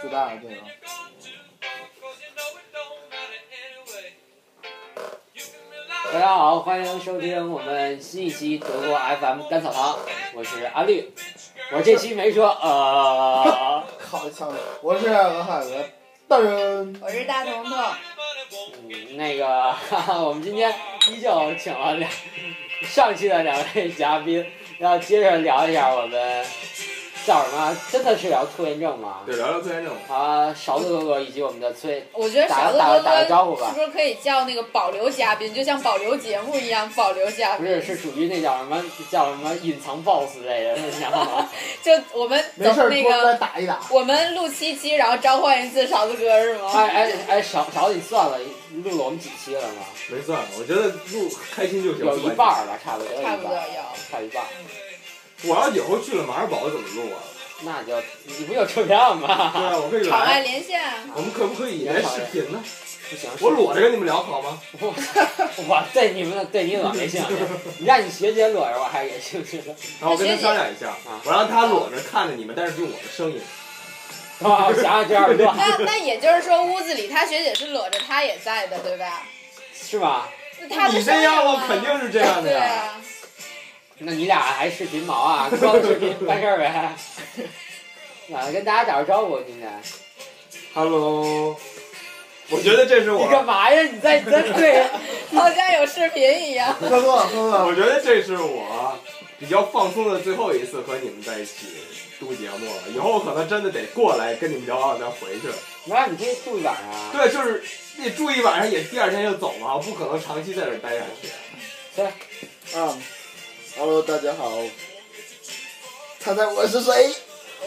自带了这个。大家好，欢迎收听我们新一期德国 FM 甘草堂，我是阿绿，我这期没说呃， 靠，抢！我是文海文，但是我是大彤彤，嗯那个 哈哈，我们今天依旧请了两上期的两位嘉宾，然后接着聊一下我们叫什么？真的是聊拖延症吗？对，聊聊拖延症。啊，勺子哥哥以及我们的崔我觉得打个勺子打哥个打个招呼哥吧是不是可以叫那个保留嘉宾，就像保留节目一样保留嘉不宾？是是属于那叫什么叫什么隐藏 boss 类的，你知道吗？就我们没事走儿那多出来个，打一打。我们录七期，然后召唤一次勺子哥是吗？哎哎哎，勺勺子你算了，录了我们几期了吗？没算，我觉得录开心就行。有一半儿吧，差不多有一半差不多儿有差一半儿。我要以后去了马尔堡怎么录啊？那就你不有车票对吗？啊，我可以场外哎来。连线啊，我们可不可以来视频呢？ 不行，我裸着跟你们聊好吗？我我对你们的对你裸没兴趣，你让你学姐裸着我还有兴 趣呢。然后我跟他商量一下啊，我让他裸着看着你们，但是用我的声音。啊，我想想这样多那那也就是说屋子里他学姐是裸着他也在的，对吧？是吗？那他的你声这音样，我吗肯定是这样的对呀。啊，那你俩还视频毛啊？光视频办事儿呗。啊，跟大家打个招呼，今天 Hello，我觉得这是你我，干嘛呀？你在你在对，啊好像有视频一样。喝多了，喝多了。我觉得这是我比较放松的最后一次和你们在一起录节目了。以后我可能真的得过来跟你们聊完我再回去。没让你可以住一晚上啊。对，就是你住一晚上也第二天就走嘛，我不可能长期在这儿待下去。嗯，Hello，大家好。猜猜我是谁？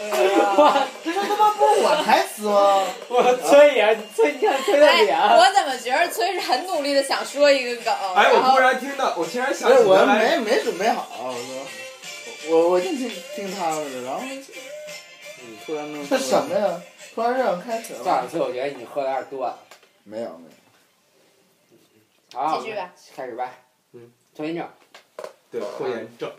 我这他妈不是我台词吗？我崔爷，崔你啊看崔的脸。哎，我怎么觉得崔是很努力的想说一个梗，哎，然我后突然听到，我竟然不想是起哎我原来没没准备好，我说我我就听听他们的，然后突然弄这什么呀？突然让开始算了了，。崔，我觉得你喝的有点多啊了。没有没有。好，继续吧，开始吧。嗯，拖延症。对拖延症，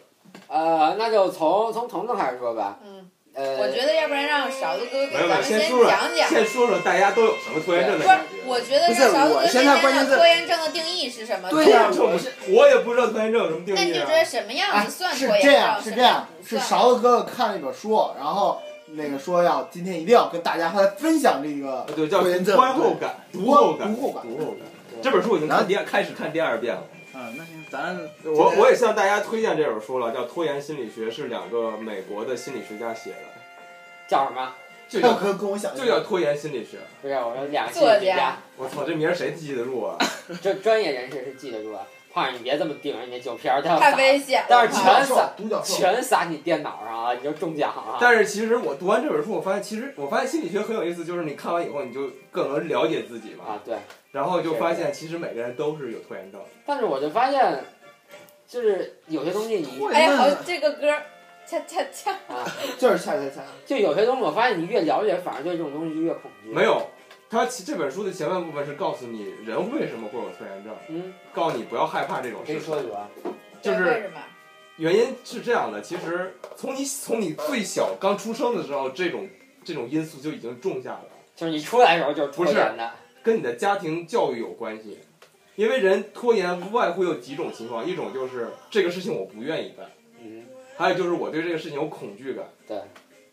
呃，那就从从彤彤开始说吧。嗯，呃，我觉得要不然让勺子哥给没嗯咱有没有，们先先说说讲讲。先说说大家都有什么拖延不症的是感，觉。我觉得不那是勺子我哥现在关键讲是拖延症的定义是什么？对呀、这我不是我也不知道拖延症有什么定那你义就觉啊。得什么样哎，子算是拖延这样，症？是什这么样样，不是算？勺子哥哥看了一本书，然后那个说要今天一定要跟大家来分享这个啊对，叫拖延症观后感、对读后感、读后感。读后感。这本书我已经看第二开始看第二遍了。嗯，那行，咱我我也向大家推荐这本书了，叫《拖延心理学》，是两个美国的心理学家写的，叫什么？就要叫跟跟我想就叫拖延心理学。不是，我说两个心作理学家家，，我操，这名儿谁记得住啊？这专业人士是记得住的。胖儿，你别这么盯着你那酒瓶儿，他要太撒危险了。但是独全角兽散，独角兽，全撒你电脑上啊，你就中奖了。但是其实我读完这本书，我发现其实我发现心理学很有意思，就是你看完以后你就更能了解自己嘛。啊，对，然后就发现其实每个人都是有拖延症。但是我就发现，就是有些东西你我哎，好，这个歌儿，恰恰恰，啊，就是恰恰恰，就有些东西，我发现你越了解，反而对这种东西就越恐惧。没，有，他其这本书的前半部分是告诉你人为什么会有拖延症，嗯，告诉你不要害怕这种谁事情。说的啊？就这为是什么？原因是这样的，其实从你从你最小刚出生的时候，这种这种因素就已经种下了，就是你出来的时候就是拖延的，跟你的家庭教育有关系。因为人拖延无外乎有几种情况，一种就是这个事情我不愿意干，嗯，还有就是我对这个事情有恐惧感，对，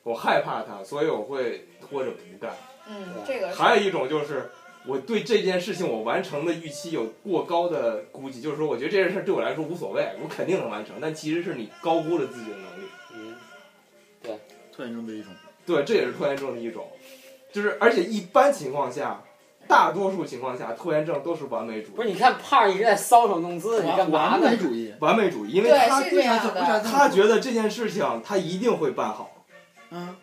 我害怕它，所以我会拖着不干。嗯对，这个是还有一种就是我对这件事情我完成的预期有过高的估计，就是说我觉得这件事对我来说无所谓，我肯定能完成，但其实是你高估了自己的能力。嗯，拖延症的一种。对，这也是拖延症的一种，就是而且一般情况下，大多数情况下拖延症都是完美主不义，是，你看胖儿一直在搔首弄姿，你干嘛呢？主义，完美主义，因为对，他是这样的。他觉得这件事情他一定会办好，嗯，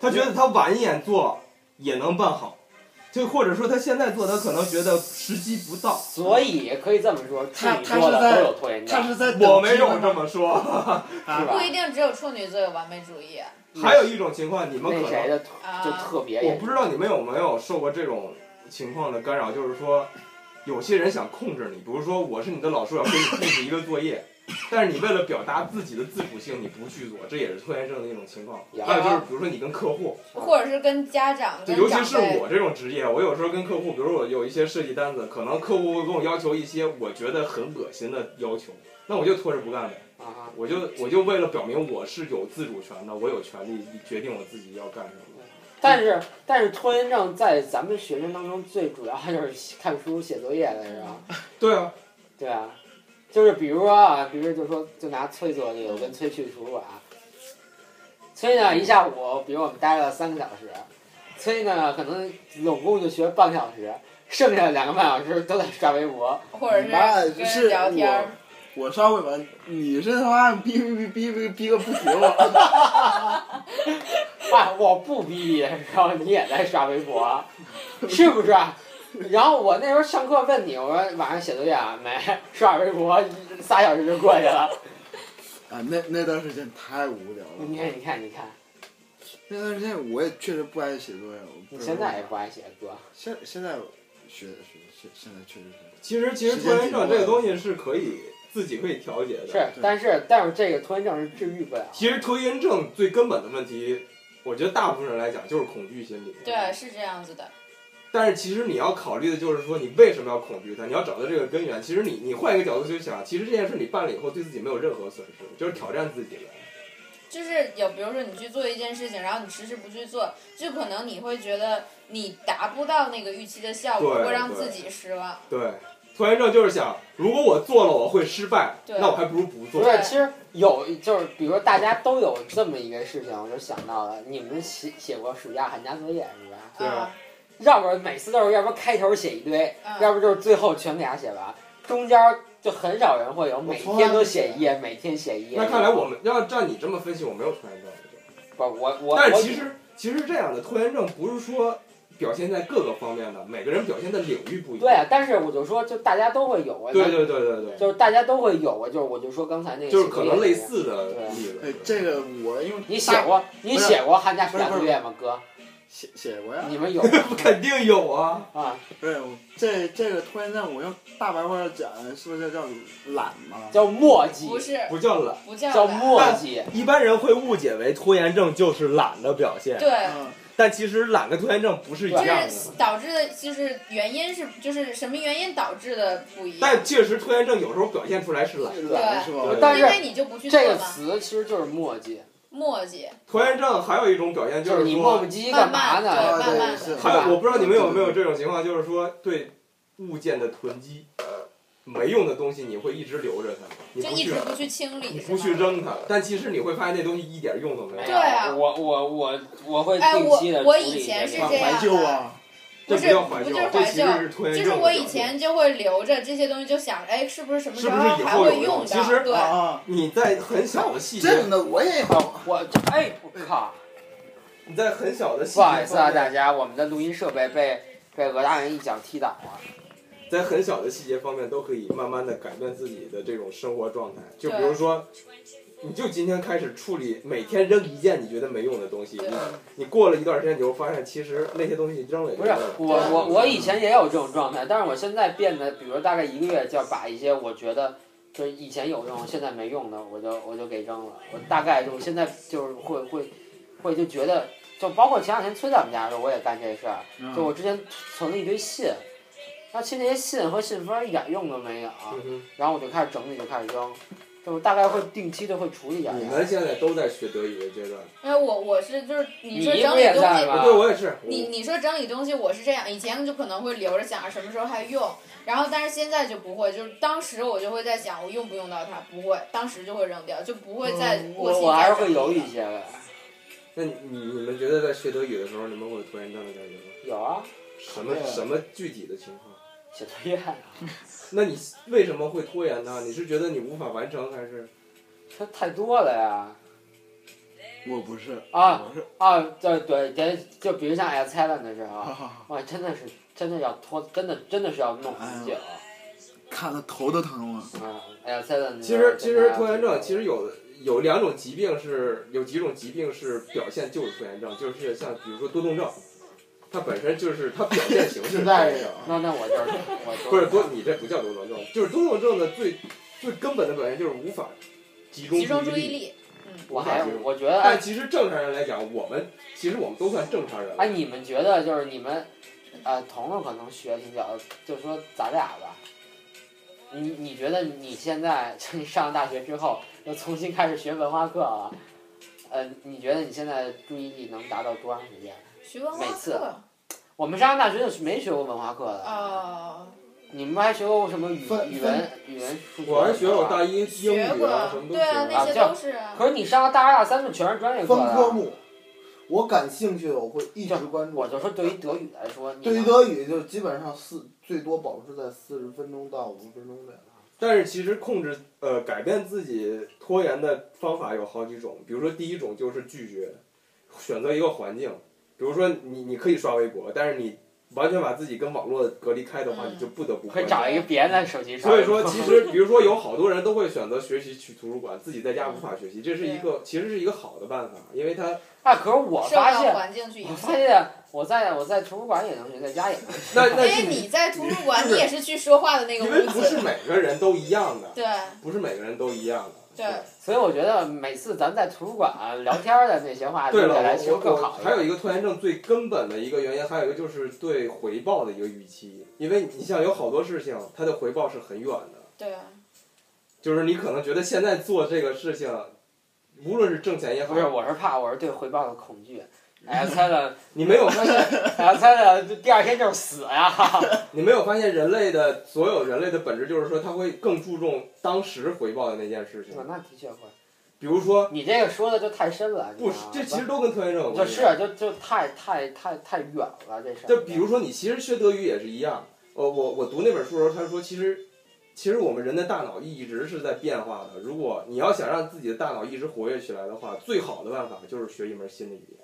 他觉得他晚一点做也能办好，就或者说他现在做他可能觉得时机不到。所以可以这么说，处他女座他是的在都有拖延他症，是在 我没有这么说，是吧不一定只有处女座有完美主义啊！ 还有一种情况，你们那可能谁的就特别我严不重，知道你们有没有受过这种情况的干 扰，就是说，有些人想控制你，比如说我是你的老师，我要给你布置一个作业，但是你为了表达自己的自主性，你不去做，这也是拖延症的一种情况。呀还有就是，比如说你跟客户，或者是跟家长、就跟尤其长是辈，我这种职业，我有时候跟客户，比如我有一些设计单子，可能客户会跟我要求一些我觉得很恶心的要求，那我就拖着不干呗。啊哈，我就我就为了表明我是有自主权的，我有权利决定我自己要干什么。但是但是拖延症在咱们学生当中最主要就是看书写作业的是吧？对啊，对啊，就是比如说啊，比如就说就拿崔做例子，我跟崔去图书馆，崔呢一下午，比如我们待了三个小时，崔呢可能总共就学了半个小时，剩下的两个半小时都在刷微博，或者你嗯妈是跟是人聊天儿。我我稍微完，你是他妈逼逼逼逼逼个不停我。 啊，我不逼你的时候，你也在刷微博，是不是啊？然后我那时候上课问你，我说晚上写作业啊没？刷微博仨小时就过去了。 啊，那那段时间太无聊你了。看，你看，你看，那段时间我也确实不爱写作业，我不你知道现在也为啥不爱写歌，现现在学学现现在确实是。其实其实拖延症这个东西是可以自己可以调节的。是，但是但是这个拖延症是治愈不了。其实拖延症最根本的问题，我觉得大部分人来讲就是恐惧心理。对，是这样子的。但是其实你要考虑的就是说，你为什么要恐惧它？你要找到这个根源。其实你你换一个角度去想，其实这件事你办了以后，对自己没有任何损失，就是挑战自己呗。就是有，比如说你去做一件事情，然后你迟迟不去做，就可能你会觉得你达不到那个预期的效果，对会让对自己失望。对，拖延症就是想，如果我做了我会失败，对那我还不如不不做。是，其实有就是，比如说大家都有这么一个事情，我就想到了，你们写写过暑假寒假作业是吧？对啊啊，要不然每次都是，要不然开头写一堆，嗯要不就是最后全给它写完，中间就很少人会有每天都写一页，每天写一页。那看来我们要照你这么分析，我没有拖延症。不是我我但我是其实其实这样的拖延症不是说表现在各个方面的，每个人表现的领域不一对样。啊，但是我就说，就大家都会有啊，对对对对对，就是大家都会有啊，就是我就说刚才那个就是可能类写作业那个。似的对例子哎。，这个我因为你大写过你不是写过寒假暑不是假不是作业吗，哥？写写过呀，你们有 肯定有啊。啊？不是我这这个拖延症，我用大白话讲，是不是叫懒嘛？叫墨迹，不是，不叫懒，不叫叫懒墨迹。一般人会误解为拖延症就是懒的表现，对，嗯，但其实懒跟拖延症不是一就样的。是导致的，就是原因是，就是什么原因导致的不一样但，确实拖延症有时候表现出来是懒，懒是吧？对但因是为你就不去做这个嘛，词其实就是墨迹，墨迹，拖延症还有一种表现就是是你磨说，磨唧唧干嘛慢慢呢？啊，对对，是慢慢还对吧有我不知道你们有没有这种情况，就是说对物件的囤积，没用的东西你会一直留着它，你就不一去直不去清理，你是不去吗？扔它，但其实你会发现那东西一点用都没没有有。对啊我我我我会哎定我期的我以前是这样怀旧啊，这不是叫怀不旧，就是这怀其旧实是拖延就症。是我以。前就会留着这些东西，就想，哎，是不是什么时是不候是以还后有会用用其到？实对，啊啊，你在很小的细节真，的我也有。我哎，我靠！你在很小的细节不好意思啊，方面大家，我们的录音设备被被俄大人一脚踢倒了。在很小的细节方面都可以慢慢的改变自己的这种生活状态。就对比如说，你就今天开始处理每天扔一件你觉得没用的东西，对你你过了一段时间，你就发现其实那些东西扔了也不是扔了我我我以前也有这种状态，但是我现在变得，比如大概一个月就要把一些我觉得就是以前有用，现在没用的，我就我就给扔了。我大概就现在就是会会会就觉得，就包括前两天崔在我们家的时候，我也干这事儿。就我之前存了一堆信，然后其实那些信和信封儿一点用都没有，嗯哼然后我就开始整理，就开始扔。就我大概会定期的会处理一点儿。你们现在都在学德语的阶段，哎，我我是就是你你说整不理也东在西，吗？对我也是，你你说整理东西，我是这样，以前就可能会留着想着什么时候还用，然后但是现在就不会，就是当时我就会在想我用不用到它，不会，当时就会扔掉，就不会再过嗯我期我还再是整会理犹豫了一些的。那你你你们觉得在学德语的时候，你们会有拖延症的感觉吗？有啊，什么对什么具体的情况？写作业啊，那你为什么会拖延呢？你是觉得你无法完成，还是这太多了呀。我不是，啊我是，啊，对对，得就比如像 X Seven 的时候，啊哈哈，哇，真的是真的要拖，真的真的是要弄哎很久。看的头都疼我。啊，X Seven。其实其实拖延症其实有的有两种疾病是有几种疾病是表现就是拖延症，就是像比如说多动症，它本身就是它表现形式实是在拖 延是症 有，那那我就是我不是多你这不叫多动症，就是多动症的最最根本的表现就是无法集中集中注注意意力。力，我无还是法集中我觉得但其实正常人来讲，我们其实我们都算正常人了。哎，你们觉得就是你们，呃，彤彤可能学挺小的，就说咱俩吧。你你觉得你现在 就你上大学之后又重新开始学文化课了，呃，你觉得你现在注意力能达到多长时间？学文每化次课我们上大学就是没学过文化课的，哦，你们还学过什么语分语文、语文、数学？我还学过大一英学语过啊，什么，都对啊，那学过啊些这样都是啊。可是你上了大二大三就全是专业课分科了。目，我感兴趣的我会一直关注我。就说对于德语来说，你对于能德语，就基本上四最多保持在四十分钟到五十分钟这样。但是其实控制呃改变自己拖延的方法有好几种，比如说第一种就是拒绝，选择一个环境，比如说你你可以刷微博，但是你完全把自己跟网络隔离开的话，嗯你就不得不可以关注。找一个别人的手机上。所以说， 其实比如说有好多人都会选择学习去图书馆，自己在家无法学习，这是一个其实是一个好的办法，因为它哎，可是我受发到现环境去 我影发响。现我在我在图书馆也能学，在家也能学。那因那为是哎 你在图书馆，不你是也是去说话的那个因为屋不子。是每个人都一样的，对不是每个人都一样的。对，所以我觉得每次咱在图书馆聊天的那些话，对录了，下来其实我更我好还有一一个拖延症最根本的一个原因，还有一个就是对回报的一个预期，因为你像有好多事情，它的回报是很远的，对，啊就是你可能觉得现在做这个事情，无论是挣钱也点。不是，好，我是怕我是对回报的恐惧。哎呀，猜了， 你没有发现，哎呀，猜了，第二天就是死 呀！你没有发现人类的所有人类的本质就是说，他会更注重当时回报的那件事情，那的确会，比如说你这个说的就太深了。你不知道，吗这其实都跟拖延症有就关系。是啊就就太太太太远了这事儿。就比如说你其实学德语也是一样，呃，我我读那本书的时候，他说其实，其实我们人的大脑一直是在变化的。如果你要想让自己的大脑一直活跃起来的话，最好的办法就是学一门新的语言。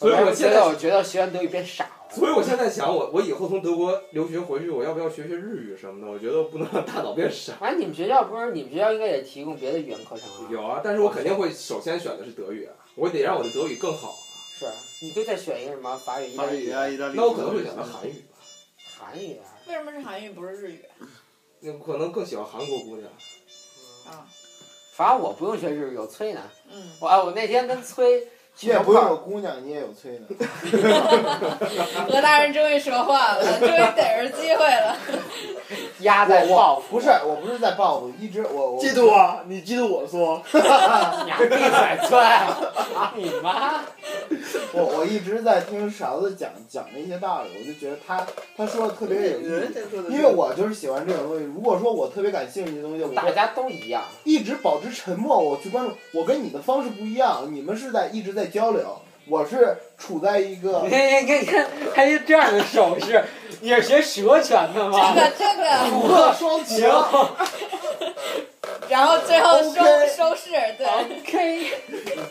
所以我觉现得在，我觉得学完德语变傻了。所以我现在想，我我以后从德国留学回去，我要不要学学日语什么的？我觉得不能让大脑变傻。哎，你们学校不是你们学校应该也提供别的语言课程啊？有啊，但是我肯定会首先选的是德语啊，我得让我的德语更好啊。是，你可以再选一个什么法语、意大法利语啊，意大利。那我可能会选择韩语吧，韩语啊。为什么是韩语不是日语那可能更喜欢韩国姑娘。啊？反正我不用学日语，有崔呢。嗯，我哎我那天跟崔你去也一不块用儿，有姑娘，你也有催的。何大人终于说话了，终于逮着机会了。压在报复，不是，我不是在报复，一直我我嫉妒啊！你嫉妒我说，你闭嘴崔，啊你妈！我我一直在听勺子讲讲那些道理，我就觉得他他说的特别有意义。因为我就是喜欢这种东西。如果说我特别感兴趣的东西，我大会家都一样，一直保持沉默，我去关注。我跟你的方式不一样，你们是在一直在交流，我是处在一个 你看你看你看，还有这样的手势，你是学蛇拳的这吗？个这个，虎克双行擎。然后最后收 OK 收视，对。 ，OK，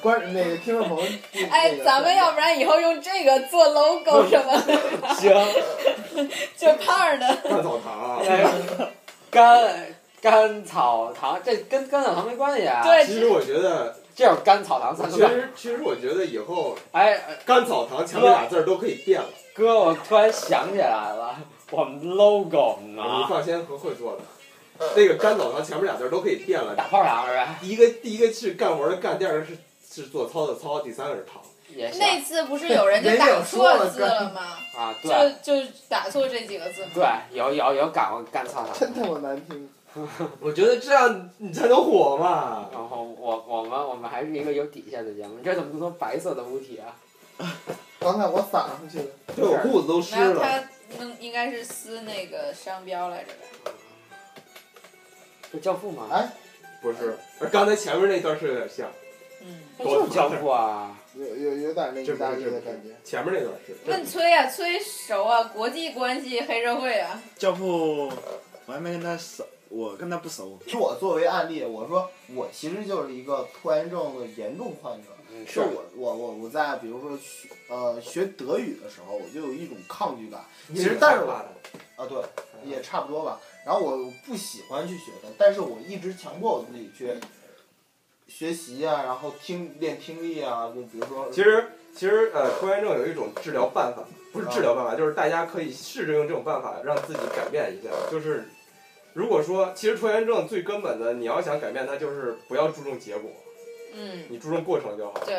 关那个听众朋友，那个哎，咱们要不然以后用这个做 logo 什么，行，就胖的。干澡堂啊！哎甘甘草堂，这跟甘草堂没关系啊。，对，其实我觉得，这有甘草堂三其个字。实其实我觉得以后哎，呃甘草堂前面俩字儿都可以变了。哥，我突然想起来了，我们 logo 你呢？放心，和会做的。嗯那个甘草堂前面俩字儿都可以变了。打炮堂是吧？第一个第一个是干活的干，第二个是是做操的操，第三个是堂。也行那次不是有人就打错字了吗？啊，对就就打错这几个字吗？对，有有有赶过干操堂 真。他妈难听。我觉得这样你才能火嘛。然后我我们我们还是一个有底线的节目，你这怎么能说白色的物体啊？刚才我撒上去了，对我裤子都湿没有，了。他弄应该是撕那个商标来着吧？是教父吗？哎，不是，而刚才前面那段是有点像，嗯，那就是教父啊！有有有点那这意不大是利这不的是感觉。前面那段是。问崔啊，崔熟啊，国际关系、黑社会啊，教父，我还没跟他熟，我跟他不熟。是我作为案例，我说我其实就是一个拖延症的严重患者。嗯是我我我我在比如说学呃学德语的时候，我就有一种抗拒感你也其实但是怕的啊，对，也差不多吧。然后我不喜欢去学的，但是我一直强迫我自己去学习啊，然后听练听力啊，就比如说其实其实呃，拖延症有一种治疗办啊法，不是治疗办法，就是大家可以试着用这种办法让自己改变一下，就是如果说，其实拖延症最根本的，你要想改变它，就是不要注重结果，嗯，你注重过程就好。对，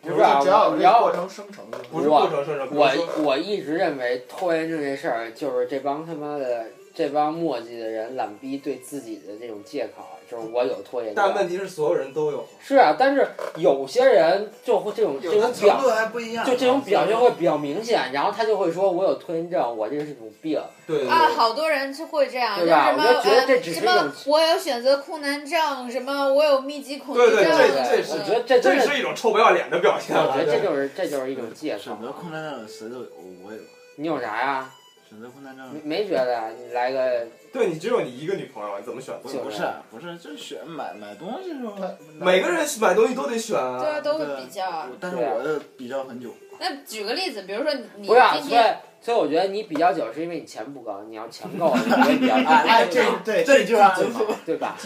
比不如是啊说只要有我这个要过程生成就好。不是过程生成，比如说我我一直认为拖延症这事儿就是这帮他妈的这帮墨迹的人懒逼对自己的这种借口，啊就是我有拖延症。但问题是所有人都有。是啊，但是有些人就会这种这有的种程表度还不一样。就这种表现会比较明显，然后他就会说我有拖延症，我这是一种病。对对对。啊，好多人是会这样，就对是吧什么我就觉得这呃，只是一什种么我有选择困难症，什么我有密集恐惧对对症，这这是我觉得这真这的，是一种臭不要脸的表 现我了。觉得这对就是这就是一种借口选。择困难症谁都有，我有你有啥呀？选择困难没症。没觉得啊？你来个对你只有你一个女朋友，你怎么选不择？不是不是，就是选买买东西的时候，每个人买东西都得选啊。对啊，都会比较。但是对啊我的比较很久，那举个例子，比如说你你不要，今所以天所以我觉得你比较久是因为你钱不够，你要钱够 了，你会比较哎哎，久，这对这句话最好对吧？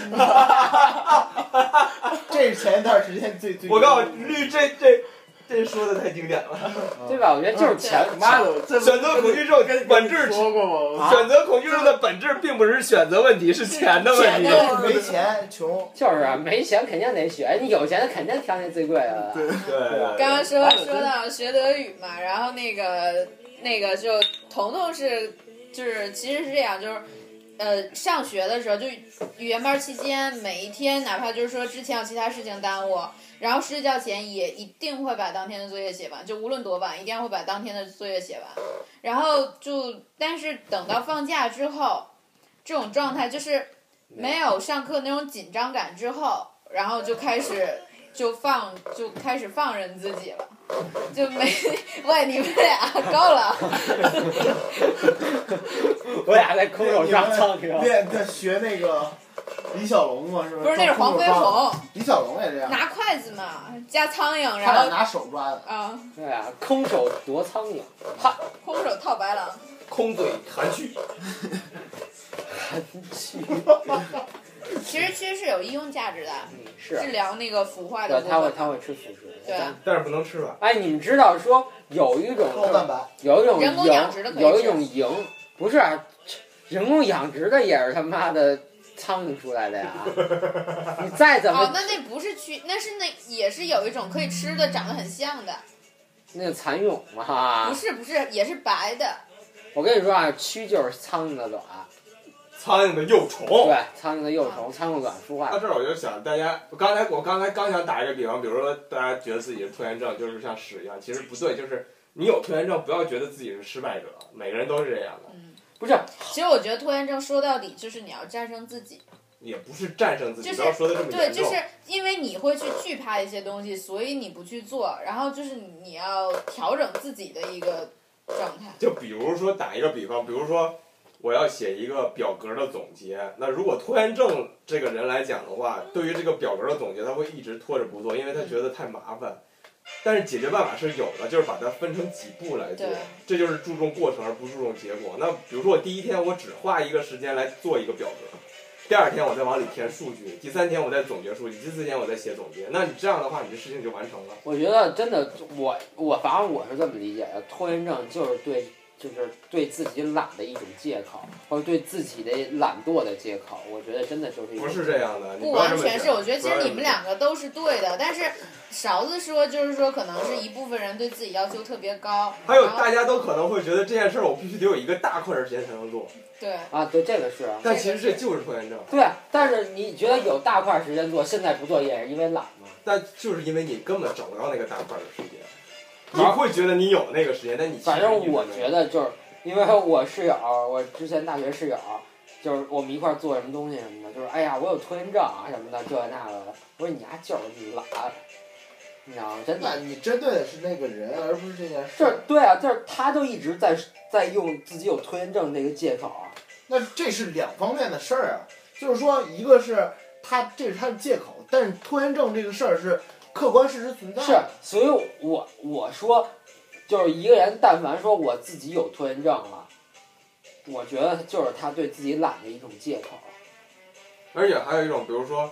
这是前一段时间最最。我告诉你，绿这这这说的太经典了。嗯对吧？我觉得就是嗯钱，妈的，我这选择恐惧症跟本质跟你说过吗？我啊选择恐惧症的本质并不是选择问题，是钱的问钱题。就是没钱，穷。就是啊，没钱肯定得学，你有钱肯定挑那最贵的了。对，刚刚说说到学德语嘛，然后那个那个就彤彤是就是其实是这样，就是呃上学的时候就语言班期间，每一天哪怕就是说之前有其他事情耽误，然后睡觉前也一定会把当天的作业写完，就无论多晚，一定会把当天的作业写完。然后就但是等到放假之后，这种状态就是没有上课那种紧张感之后，然后就开始就放就开始放任自己了，就没喂你们俩够了， 我俩在空手上苍蝇。练在学那个李小龙嘛，是吧？不是那是黄飞鸿李小龙也这样，拿筷子嘛夹苍蝇，他然俩后拿手抓的。啊对啊，空手夺苍蝇， 空手套白狼，空嘴含蓄。寒气其实其实是有医用价值的，是啊治，疗那个腐化的对，部他会分。哦他会吃腐食。对啊但是不能吃吧？哎，你们知道说有一种高蛋白，有一种人工养殖的蝇，可以啊有一吃种蝇，不是啊人工养殖的也是他妈的苍蝇出来的呀！你再怎哦么，那那不是蛆，那是那也是有一种可以吃的，长得很像的，那个蚕蛹嘛、啊不是不是，也是白的，我跟你说啊，蛆就是苍蝇的卵，哦苍蝇的幼虫。对，苍蝇的幼虫，苍蝇卵孵化到。这儿我就想，大家，我刚才我刚才刚想打一个比方，比如说大家觉得自己是拖延症，就是像屎一样，其实不对，就是你有拖延症，不要觉得自己是失败者，每个人都是这样的，嗯。不是，其实我觉得拖延症说到底就是你要战胜自己。也不是战胜自己，就是不要说的这么对，严就重。是因为你会去惧怕一些东西，所以你不去做，然后就是你要调整自己的一个状态。就比如说打一个比方，比如说我要写一个表格的总结，那如果拖延症这个人来讲的话，对于这个表格的总结，他会一直拖着不做，因为他觉得太麻烦。但是解决办法是有的，就是把它分成几步来做对，这就是注重过程而不注重结果。那比如说我第一天我只花一个时间来做一个表格，第二天我再往里填数据，第三天我再总结数据，第四天我再写总结。那你这样的话，你这事情就完成了。我觉得真的，我我反正我是这么理解的，拖延症就是对，就是对自己懒的一种借口，或者对自己的懒惰的借口。我觉得真的就是一种不是这样的，你不要这完么全想是，我觉得其不要实这你么们想两个都是对的，但是勺子说就是说，可能是一部分人对自己要求特别高，还有然后大家都可能会觉得这件事儿我必须得有一个大块儿的时间才能做，对啊，对，这个是啊。但其实这就是拖延症。对，啊但是你觉得有大块时间做，现在不做也是因为懒嘛？但就是因为你根本找不到那个大块儿的时间，你好会觉得你有那个时间，但你其实反正我一直没觉有得就是因为我室友，我之前大学室友，就是我们一块儿做什么东西什么的，就是哎呀，我有拖延症啊什么的，这那个的。我说你丫就是你懒，你知道吗？真那的，你针对的是那个人，而不是这件事就儿是。对啊，就是他就一直在在用自己有拖延症这个借口啊。那这是两方面的事儿啊，就是说，一个是他这是他的借口，但是拖延症这个事儿是客观事实存在是啊的。，所以我我说，就是一个人，但凡说我自己有拖延症了，我觉得就是他对自己懒的一种借口。而且还有一种，比如说，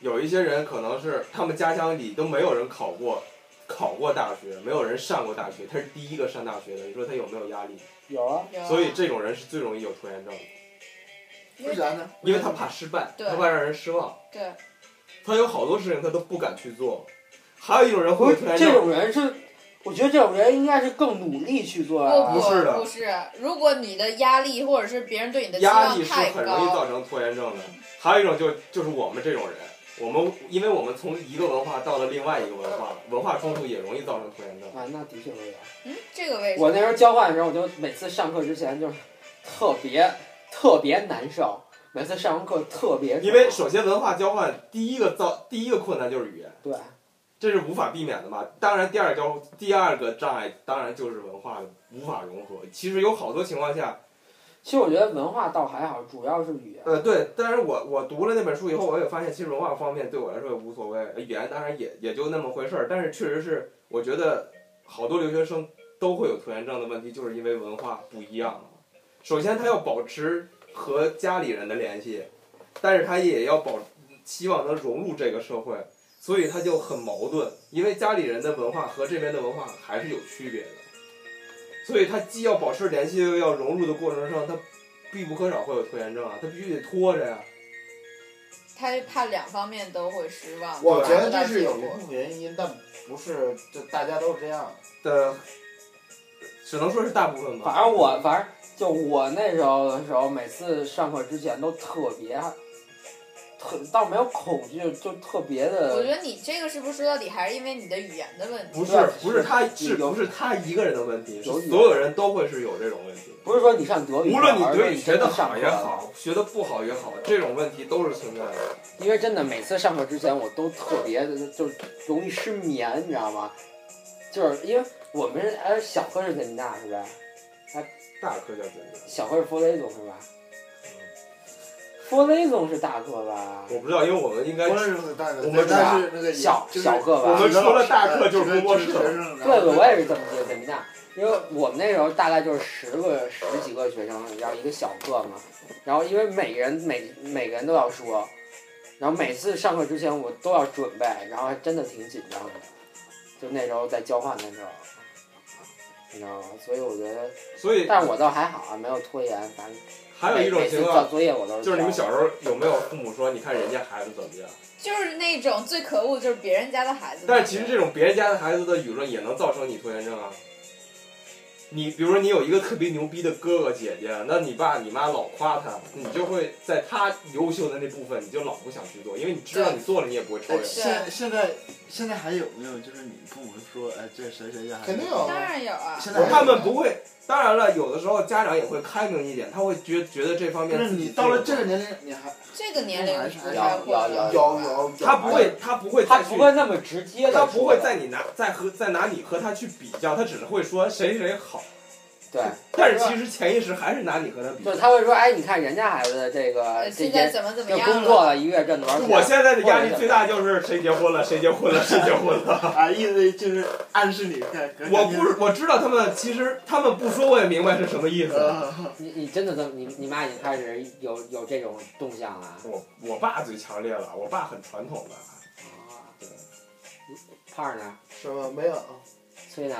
有一些人可能是他们家乡里都没有人考过，考过大学，没有人上过大学，他是第一个上大学的，你说他有没有压力？有啊，有啊所以这种人是最容易有拖延症的。为啥呢？因为他怕失败，对他怕让人失望，对，他有好多事情他都不敢去做。还有一种人不会是突然这让种人是，我觉得这种人应该是更努力去做啊。不不是的不是，如果你的压力或者是别人对你的期压望力是太很容易高，造成拖延症的。还有一种就就是我们这种人，我们因为我们从一个文化到了另外一个文化，文化冲突也容易造成拖延症。啊，那的确会有。嗯，这个为什我么？那时候交换的时候，我就每次上课之前就是特别特别难受，每次上完课特别因为首先文化交换第一个造第一个困难就是语言，对这是无法避免的嘛。当然，第二交第二个障碍当然就是文化的无法融合。其实有好多情况下，其实我觉得文化倒还好，主要是语言。呃，对，但是我我读了那本书以后，我也发现其实文化方面对我来说也无所谓，语言当然也也就那么回事儿，但是确实是我觉得好多留学生都会有拖延症的问题，就是因为文化不一样嘛。首先，他要保持和家里人的联系，但是他也要保希望能融入这个社会，所以他就很矛盾，因为家里人的文化和这边的文化还是有区别的，所以他既要保持联系又要融入的过程上，他必不可少会有拖延症啊，他必须得拖着呀。他就怕两方面都会失望。我达觉不得到这是结有一果部分原因，但不是就大家都是这样。的，只能说是大部分吧。反正我反正就我那时候的时候，每次上课之前都特别特倒没有恐惧，就特别我的。觉得你这个是不是说到底还是因为你的语言的问题？不是不是他是不是他一个人的问题，是有所有人都会是有这种问题。不是说你上德语，无而论你是德语学真得的上好课也好，学得不好也好，这种问题都是存在的。因为真的每次上课之前，我都特别的就是容易失眠，你知道吗？就是因为我们是哎小课是怎么大是吧？大科教简单，小课是弗雷总是吧？弗雷总是大课吧？我不知道，因为我们应该不是大课，我们但是那个小就是小课吧我们除了大课就是就是工作室学生对对，我也是这么觉得怎么大，因为我们那时候大概就是十个十几个学生，然后一个小课嘛，然后因为每个人每每个人都要说，然后每次上课之前我都要准备，然后还真的挺紧张的，就那时候在交换的时候，你知道吗？所以我觉得，所以但是我倒还好啊，没有拖延，反正还有一种每情每次交况作业我都是就是你们交小时候有没有父母说你看人家孩子怎么样？就是那种最可恶，就是别人家的孩子嘛。但是其实这种别人家的孩子的舆论也能造成你拖延症啊。你比如说你有一个特别牛逼的哥哥姐姐，那你爸你妈老夸他，你就会在他优秀的那部分，你就老不想去做，因为你知道你做了你也不会超哎越。现现在现在还有没有就是你父母说哎这谁谁家孩子肯定有当然有啊，现在他们不会，当然了，有的时候家长也会开明一点，他会觉觉得这方就面是自己你到了这做个得年龄，你还这个年龄啊不太会有有有有，不好，他不会，他不会他再去不，会那么直接的，他不会再你拿再和再拿你和他去比较，他只是会说谁谁好，对，但是其实潜意识还是拿你和他比就较是。他会说，哎，你看人家孩子这个呃这现在些怎么怎么这样工了？作了一个月挣多少钱？我现在的压力最大就是谁结婚了，谁结婚了，谁结婚 了。啊意思就是暗示你看，赶紧我不是，我知道他们其实他们不说，我也明白是什么意思。啊你你真的这么你你妈已经开始有有这种动向了？我我爸最强烈了，我爸很传统的。啊对，胖儿呢？什么没有？崔呢？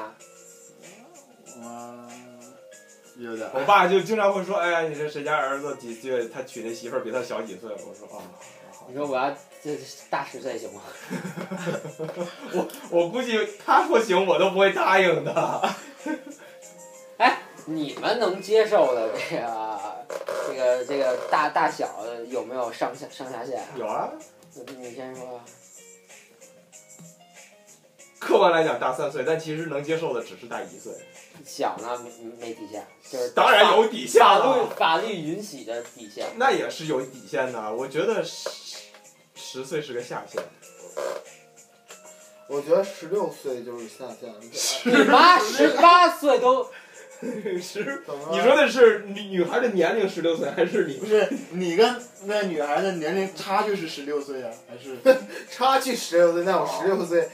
我有点我爸就经常会说：“哎呀，你这谁家儿子几岁？他娶那媳妇儿比他小几岁。”我说：“啊、你说我要这大十岁行吗？我估计他说行，我都不会答应的。你们能接受的这个这个这个大大小的有没有上下上下限啊？”有啊，你先说吧。客观来讲大三岁，但其实能接受的只是大一岁。小呢没没底线，就是当然有底线法律了，法律允许的底线。那也是有底线的。我觉得十十岁是个下限。我觉得十六岁就是下限。你妈十八岁都是，怎么了你说的是女女孩的年龄十六岁，还是不你？是你跟那女孩的年龄差距是十六岁啊，还是差距十六岁，那我十六岁，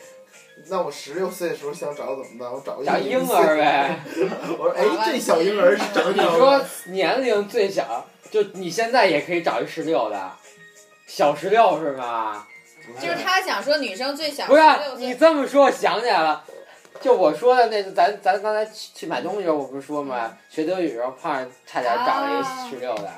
那我十六岁的时候想找怎么办？我找一个小婴儿。呗。我说，哎，这小婴儿是长你得说年龄最小，就你现在也可以找一十六的，小十六是吗？就是他想说女生最小不是啊16，岁你这么说，我想起来了。就我说的那次，咱咱刚才去去嗯买东西的时候，我不是说嘛，学德语时候胖儿差点找了一啊十六的，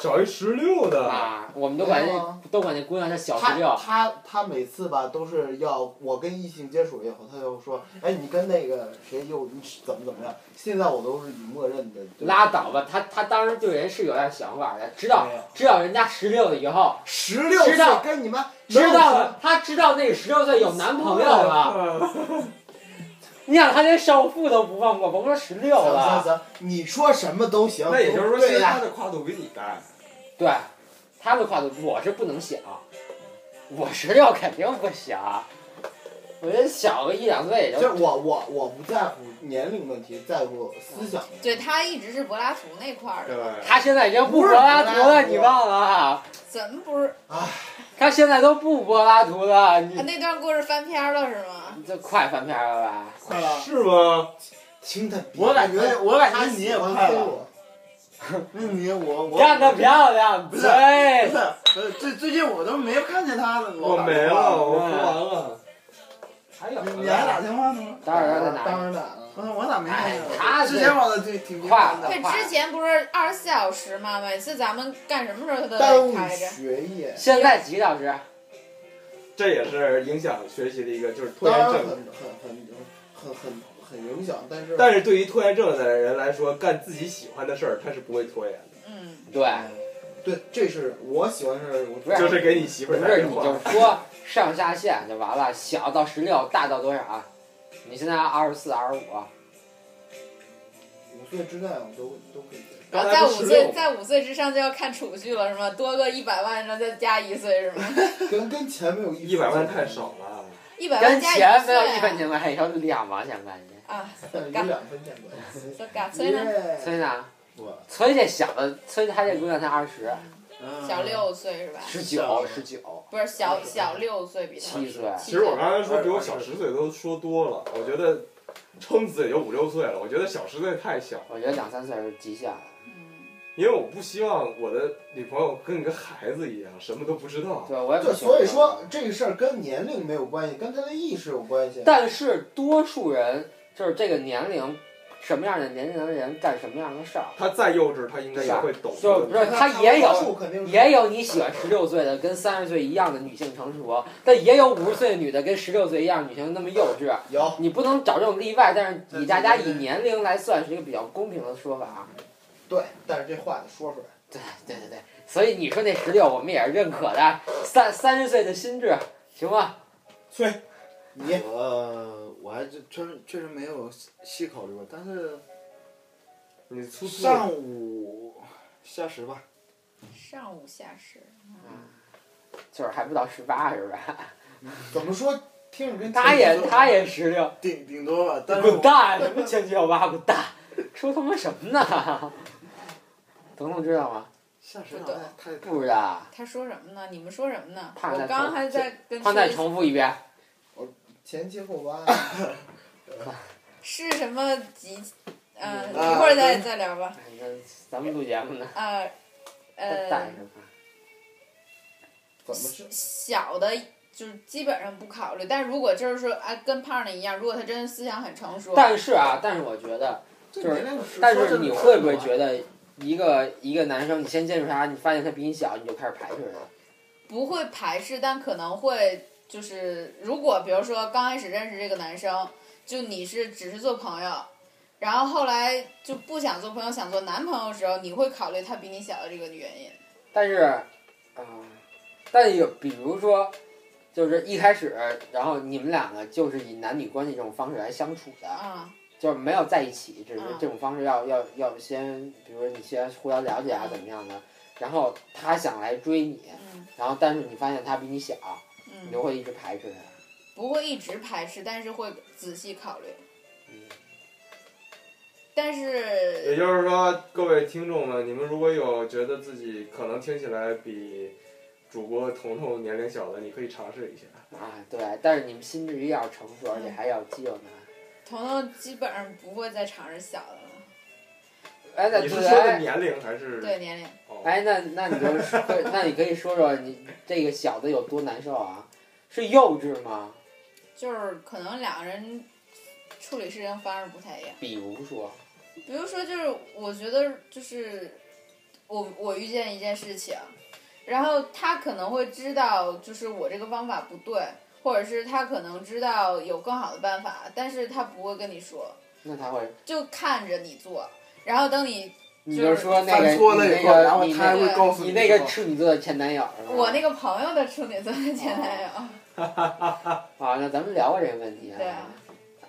找一十六的，啊，我们都管没有那啊都管那姑娘叫小他石榴，他他每次吧都是要我跟异性接触以后，他就说，哎，你跟那个谁又你怎么怎么样？现在我都是以默认的。对拉倒吧，他他当时对人是有点想法的，知道没有知道人家十六以后，十六岁知道跟你妈知道了，他知道那个十六岁有男朋友了，啊，你想他连少妇都不放过，甭说十六没有行行了，行，你说什么都行。那也就是说，其对实他呀，的跨度比你大。对，他的跨度我是不能想，我十六肯定不想，我觉得小个一两岁也就就是我我我不在乎年龄问题，在乎思想问题。对他一直是柏拉图那块儿的，对，他现在已经不柏拉图了，不是柏拉图你忘了啊？怎么不是？他现在都不柏拉图了，你啊，那段故事翻篇儿了是吗？你这快翻篇了吧？快了，是吗？听他比。我感觉我感觉他你喜也欢快 C 了，罗那你我我干得漂亮，不是不对，是不是最最近我都没看见他了，我打没电话了，我喝完了。还有你你还打电话呢吗？当然在哪？当然了。我我咋没看见哎？他之前我挺挺频繁的快，对，之前不是二十四小时吗？每次咱们干什么时候他都耽误得你开着。学业，现在几个小时？这也是影响学习的一个，就是拖当延然很症很。很很很很影响，但是但是对于拖延症的人来说，干自己喜欢的事儿，他是不会拖延嗯，对，呃对，这是我喜欢是，我不的，是就是给你媳妇不儿打是电你话就。说上下限就完了，小到十六，大到多少啊？你现在二十四、二十五，啊五岁之内我都都可以接受。然刚后才在五岁在不是16五岁之上就要看储蓄了是吗？多个一百万，然后再加一岁是吗？跟跟钱没有一一百万太少了，一 百跟万加岁、啊钱、没有一分钱关系，有两毛钱关系。啊，但是有两分钱关系。这嘎催呢？所以呢，我崔这小的，崔他这姑娘才二十、嗯小六岁是吧？十九、十九、不是小小六岁比他七岁，其实我刚才说比我小十岁都说多了，我觉得撑死也就五六岁了。我觉得小十岁太小，我觉得两三岁是极限了。嗯，因为我不希望我的女朋友跟个孩子一样，什么都不知道。对，我也不对，喜欢所以说，这个事儿跟年龄没有关系，跟他的意识有关系。但是多数人就是这个年龄，什么样的年龄的人干什么样的事儿，她再幼稚，她应该也会懂就啊得。不是他也有大多数肯定是也有你喜欢十六岁的跟三十岁一样的女性成熟，但也有五十岁的女的跟十六岁一样女性那么幼稚。有，你不能找这种例外，但是以大家以年龄来算是一个比较公平的说法啊。对，但是这话得说出来。对对对对，所以你说那十六，我们也是认可的，三三十岁的心智，行吧？你我我还真确实确实没有细考虑过，但是你粗粗的上午下十吧，上午下十，就是还不到十八，是吧？ 怎么说？听着跟他也他也十六，顶顶多吧，但是滚我蛋！什么前七幺八，滚蛋！说他妈什么呢？ 彤彤知道吗？下十好啊像太太不知道，他说什么呢？你们说什么呢？怕我再刚刚重还在跟胖蛋说重复一遍，前七后八，是什么几，嗯，嗯一会儿再啊再聊吧。咱们录节目呢，啊，带呃，着吧。怎么是？小的就是基本上不考虑，但如果就是说啊，跟胖的一样，如果他真的思想很成熟，但是啊，但是我觉得，这就是年龄说但是真的你说会不会实话觉得，一个一个男生，你先接触他，你发现他比你小，你就开始排斥他？不会排斥，但可能会就是，如果比如说刚开始认识这个男生，就你是只是做朋友，然后后来就不想做朋友，想做男朋友的时候，你会考虑他比你小的这个原因。但是，啊、但有比如说，就是一开始，然后你们两个就是以男女关系这种方式来相处的，啊、就是没有在一起，只是嗯这种方式要要要先，比如说你先互相了解啊，嗯怎么样的。然后他想来追你，嗯然后但是你发现他比你小，你嗯，就会一直排斥他。不会一直排斥，但是会仔细考虑。嗯但也是，就是说，各位听众们，你们如果有觉得自己可能听起来比主播彤彤年龄小的，你可以尝试一下。啊，对，但是你们心智也要成熟，嗯而且还要肌肉男。彤彤基本上不会再尝试小的了，哎，那你是对说的哎年龄还是？对年龄。哦，哎，那那你就说， 那你可以说说你这个小的有多难受啊？是幼稚吗？就是可能两个人处理事情方式不太一样。比如说，比如说，就是我觉得就是我我遇见一件事情，然后他可能会知道，就是我这个方法不对，或者是他可能知道有更好的办法，但是他不会跟你说，那他会，就看着你做，然后等你你就是就说那个犯你错了以那后，然个后你他还那会告诉你你那个说处女座的前男友是吧？我那个朋友的处女座的前男友，啊，那咱们聊过这个问题对啊，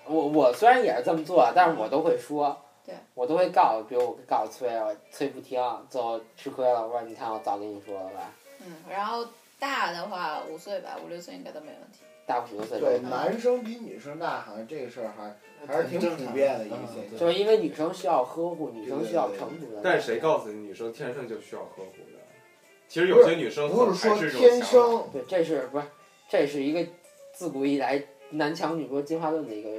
我我虽然也是这么做，但是我都会说，对我都会告，比如我告诉崔，我崔不听，最后吃亏了。我说你看，我早跟你说了吧，嗯，然后大的话五岁吧，五六岁应该都没问题。大我十多岁。对，男生比女生大，好像这个事儿还还是挺普遍的一个现就象。是因为女生需要呵护，女生需要成熟的。但是谁告诉你女生天生就需要呵护的？其实有些女生可不能是还说是这种天想法。生，对，这是不是？这是一个自古以来男强女弱进化论的一个，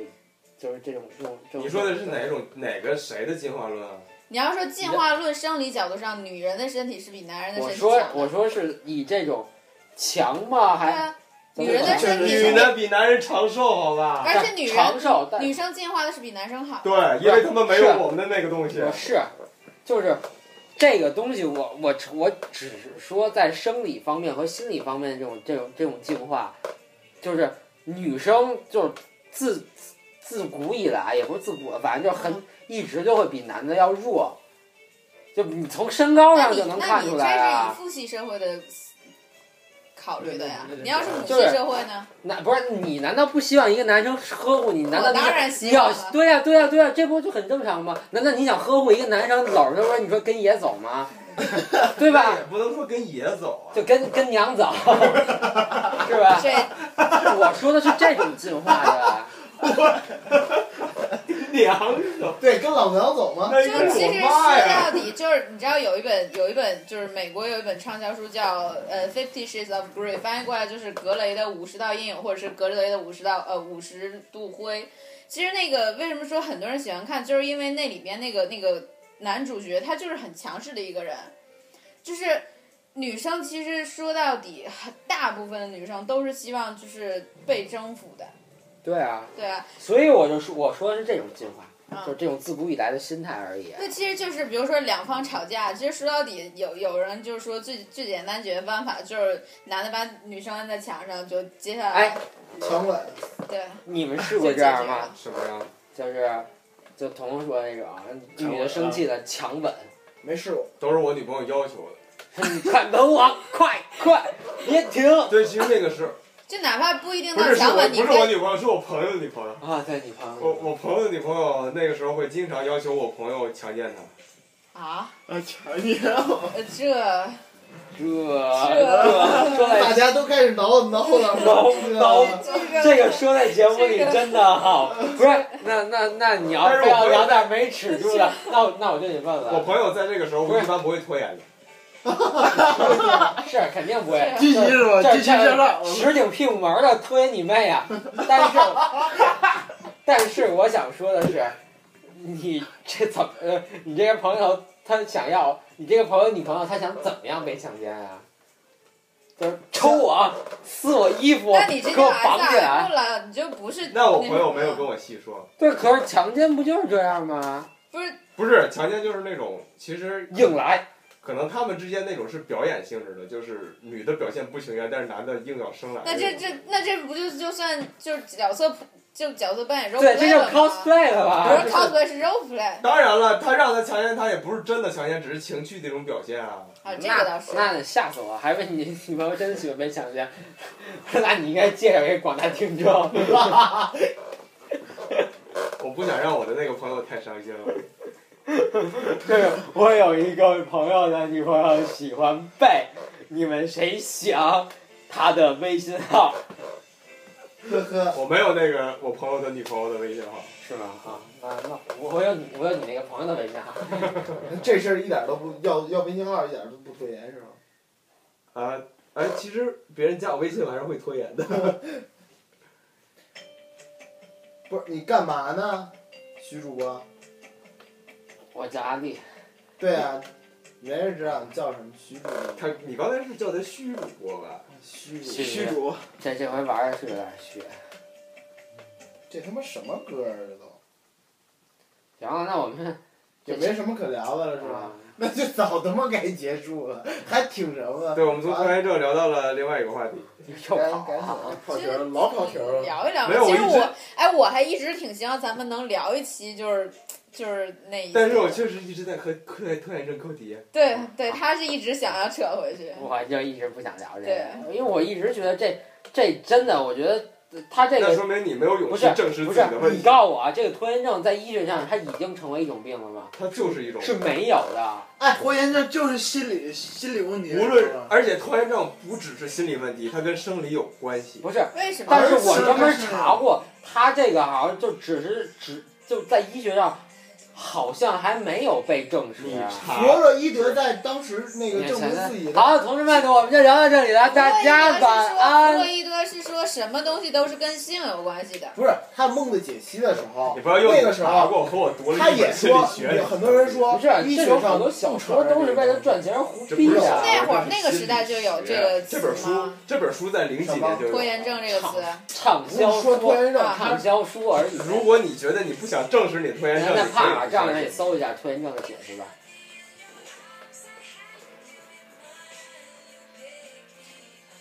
就是这种这种这种。你说的是哪种哪个谁的进化论啊？你要说进化论生理角度上，女人的身体是比男人的啊我身体说强的。我说哎是以这种强吗？对还啊，女人的身体女的比男人长寿，好哎吧？而且女人长寿，但女生进化的是比男生好。对，因为他们没有是我们的那个东西我。是，啊就是这个东西我，我我只是说在生理方面和心理方面这种这种这种进化，就是女生就是自自古以来也不是自古，反正就嗯很一直就会比男的要弱，就你从身高那上你就能看出来那你这啊。是以父系社会的考虑的呀对对对对。对你要是母系就是社会呢？那不是你难道不希望一个男生呵护你？难道我你哦当然你希要望啊了。对呀、对呀、对呀、这不就很正常吗？难道你想呵护一个男生搂着他说你说跟爷走吗？对吧？也不能说跟爷走啊。就跟跟娘走， 是吧？这我说的是这种进化呀，娘走，对，跟老娘走吗？那应该 就是其我实妈说呀。到底，就是你知道有一本有一本就是美国有一本畅销书叫呃《Fifty Shades of Grey》，翻译过来就是格雷的五十道阴影，或者是格雷的五十道呃五十度灰。其实那个为什么说很多人喜欢看，就是因为那里边那个那个男主角他就是很强势的一个人，就是女生其实说到底，很大部分的女生都是希望就是被征服的，对啊，对啊，所以我就说我说的是这种进化，嗯就是这种自古以来的心态而已。那其实就是，比如说两方吵架，其实说到底，有有人就是说最最简单解决办法就是男的把女生按在墙上，就接下来，哎强吻，对，你们试过这样啊吗？什么呀？就是，就彤彤说的那种，女的生气了强吻， 没试过。都是我女朋友要求的。你快吻我，快快，别停对，其实那个是就哪怕不一定不到是是强我吻，你不是可以我女朋友，是我朋友的女朋友。啊！对你朋我友，我朋友的女朋友那个时候会经常要求我朋友强奸她。啊，啊，强你啊！呃 这这这说大 在家都开始挠挠 了，挠挠这这个个说在节目里真的好，不是？那那那你要但是非我要朋友聊点没尺度的，那我那我就得问问。我朋友在这个时候一般不会拖延的。啊是肯定不会。积极是吧？呃这积极向上。实顶屁股门儿的推你妹呀！但是，但是我想说的是，你这怎么呃，你这个朋友他想要你这个朋友女朋友她想怎么样被强奸啊？就是抽我，撕我衣服，那你这给就我 S 绑 R 起来 M。了，你就不是那我什朋友没有么跟我细说，对，可是强奸不就是这样吗？不是不是强奸就是那种，其实硬来，可能他们之间那种是表演性质的，就是女的表现不情愿，但是男的硬要生来。那这这那这不就就算就是角色就角色扮演 role 对，这 play 就了吗？ cosplay 啊了吧？不是 cosplay 是 role play 当然了，他让他强奸，他也不是真的强奸，只是情绪的一种表现啊。啊，这个倒是。那那吓死我！还问你女朋友真喜欢被强奸， 那你应该介绍给广大听众。我不想让我的那个朋友太伤心 了。 对，我有一个朋友的女朋友喜欢背，你们谁想她的微信号呵呵，我没有那个我朋友的女朋友的微信号，是吗？啊，那那我我有你我有你那个朋友的微信号，这事儿一点都不要要微信号，一点都不拖延是吗？啊，哎，其实别人加我微信我还是会拖延的。不是你干嘛呢，徐主播？我叫阿丽，对啊，没人知道你叫什么，徐主播。他，你刚才是叫他虚主播吧？徐主徐虚播，主，这这回玩的是有点虚。这他妈什么歌儿啊？这都行了，那我们也没什么可聊的了，是吧？嗯啊 那就早他妈该结束了， 还挺什么？对，我们从拖延症聊到了另外一个话题，又赶跑赶紧啊。其跑题实儿了，老跑题儿了。聊一聊吧没有。其实我一直我，哎，我还一直挺希望咱们能聊一期，就是就是那一。但是我确实一直在和拖延拖延症扣题。对对，他是一直想要扯回去。我就一直不想聊这个，因为我一直觉得这这真的，我觉得他这那个说明你没有勇不气是正视不自己是的问你题，告诉我啊，这个拖延症在医学上它已经成为一种病了吗？它就是一种。是没有的，哎，拖延症就是心理心理问题。无论，而且拖延症不只是心理问题，它跟生理有关系。不是。为什么？但是而我且专门是查过，他这个好像就只是只就在医学上，好像还没有被证实。啊查弗洛伊德在当时那个眼证前明自己的的，好，同志们，我们就聊到这里了，大家晚弗洛安。伊德是说弗洛伊德是说什么东西都是跟性有关系的。不是他梦的解析的时候你，不要用那个时查候过和我读了他一也本心理说，学有，很多人说不是，啊医这学种上很多小说都是为了赚钱而胡这逼不是的。那会儿那个时代就有这个词这本书吗，这本书在零几年就有。拖延症这个词，畅不销是说拖书，延症，啊他畅销书而已。如果你觉得你不想正视你拖延症，那你可以帕玛不这样，正那你视搜一下拖延症的解释吧。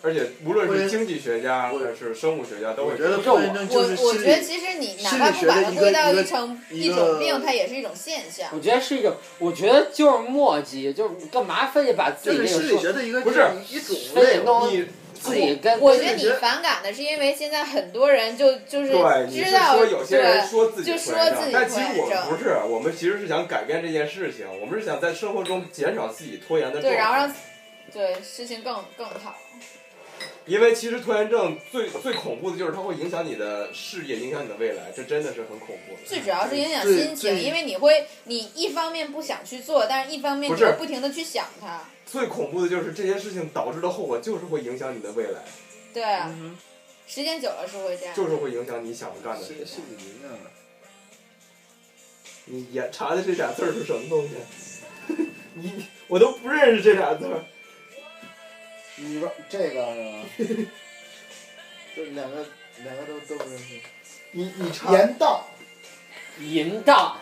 而且无论我是也经济学家还是生物学家都我会觉得拖延症我就是我心觉得理，其实你哪心怕理不学的把它一归个到一个成一一种个病，它也是一种现象。我觉得是一种，我觉得就是墨迹，就是干嘛非得把自就己是这个心理说学的一个不是一种非类得。弄你自己跟我觉得你反感的是因为现在很多人就就是对，你知是道说有些人对说自己就拖说延自症己，但其实拖延我们症不是，我们其实是想改变这件事情，我们是想在生活中减少自己拖延的状对，然后态。让对事情更更好。因为其实拖延症最最恐怖的就是它会影响你的事业，影响你的未来，这真的是很恐怖的。最主要是影响对心情，对因为你会你一方面不想去做，但是一方面不你是又不停的去想它。最恐怖的就是这些事情导致的后果，就是会影响你的未来，对，嗯时间久了是会这样。就是会影响你想干的事心情心。理影响了你也查的这俩字儿是什么东西？ 你我都不认识这俩字儿。你说这个啊 是吧，这两个两个都都不认识。你你言啊道淫荡。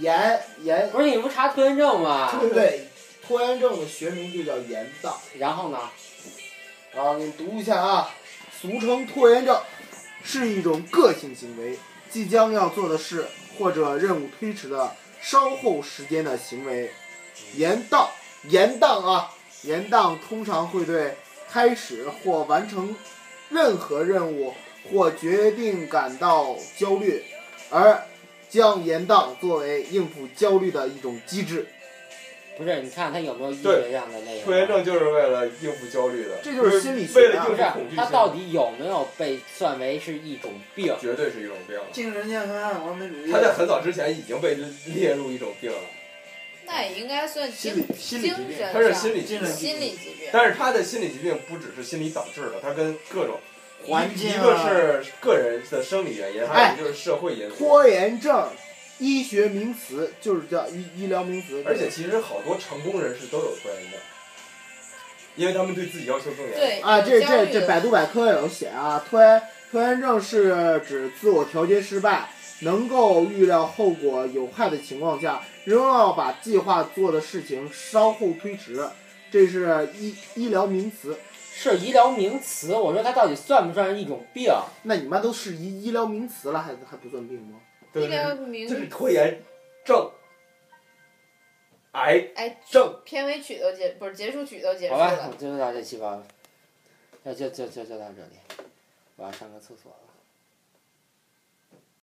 言言不是你不查拖延症吗？对，拖延症的学名就叫言道。然后呢？啊，给你读一下啊，俗称拖延症，是一种个性行为，即将要做的事或者任务推迟的稍后时间的行为。延宕，延宕啊，延宕通常会对开始或完成任何任务或决定感到焦虑，而将延宕作为应付焦虑的一种机制。不是，你看他有没有医学上的那个？拖延症就是为了应付焦虑的，这就是心理学啊为了不应是付恐惧，他心到底有没有被算为是一种病？绝对是一种病了。精神健康啊完美主义他。在很早之前已经被列入一种病了，那也应该算心精理心精理疾病神，上他是心理疾精病，神心理疾病。但是他的心理疾病不只是心理导致的，他跟各种环境一啊个是个人的生理原因，还有一个就是社会因素。拖延症，医学名词就是叫医医疗名词，而且其实好多成功人士都有拖延症，因为他们对自己要求更严。对啊，这这这百白度百科有写啊，拖延拖延症是指自我调节失败，能够预料后果有害的情况下，仍要把计划做的事情稍后推迟，这是医医疗名词。是医疗名词，我说他到底算不算是一种病？那你妈都是医医疗名词了，还还不算病吗？对医疗名这是拖延症、癌哎，症。片尾曲都结不是结束曲都结束好吧，我了，们就到这期吧，那就就就就到这里，我要上个厕所了。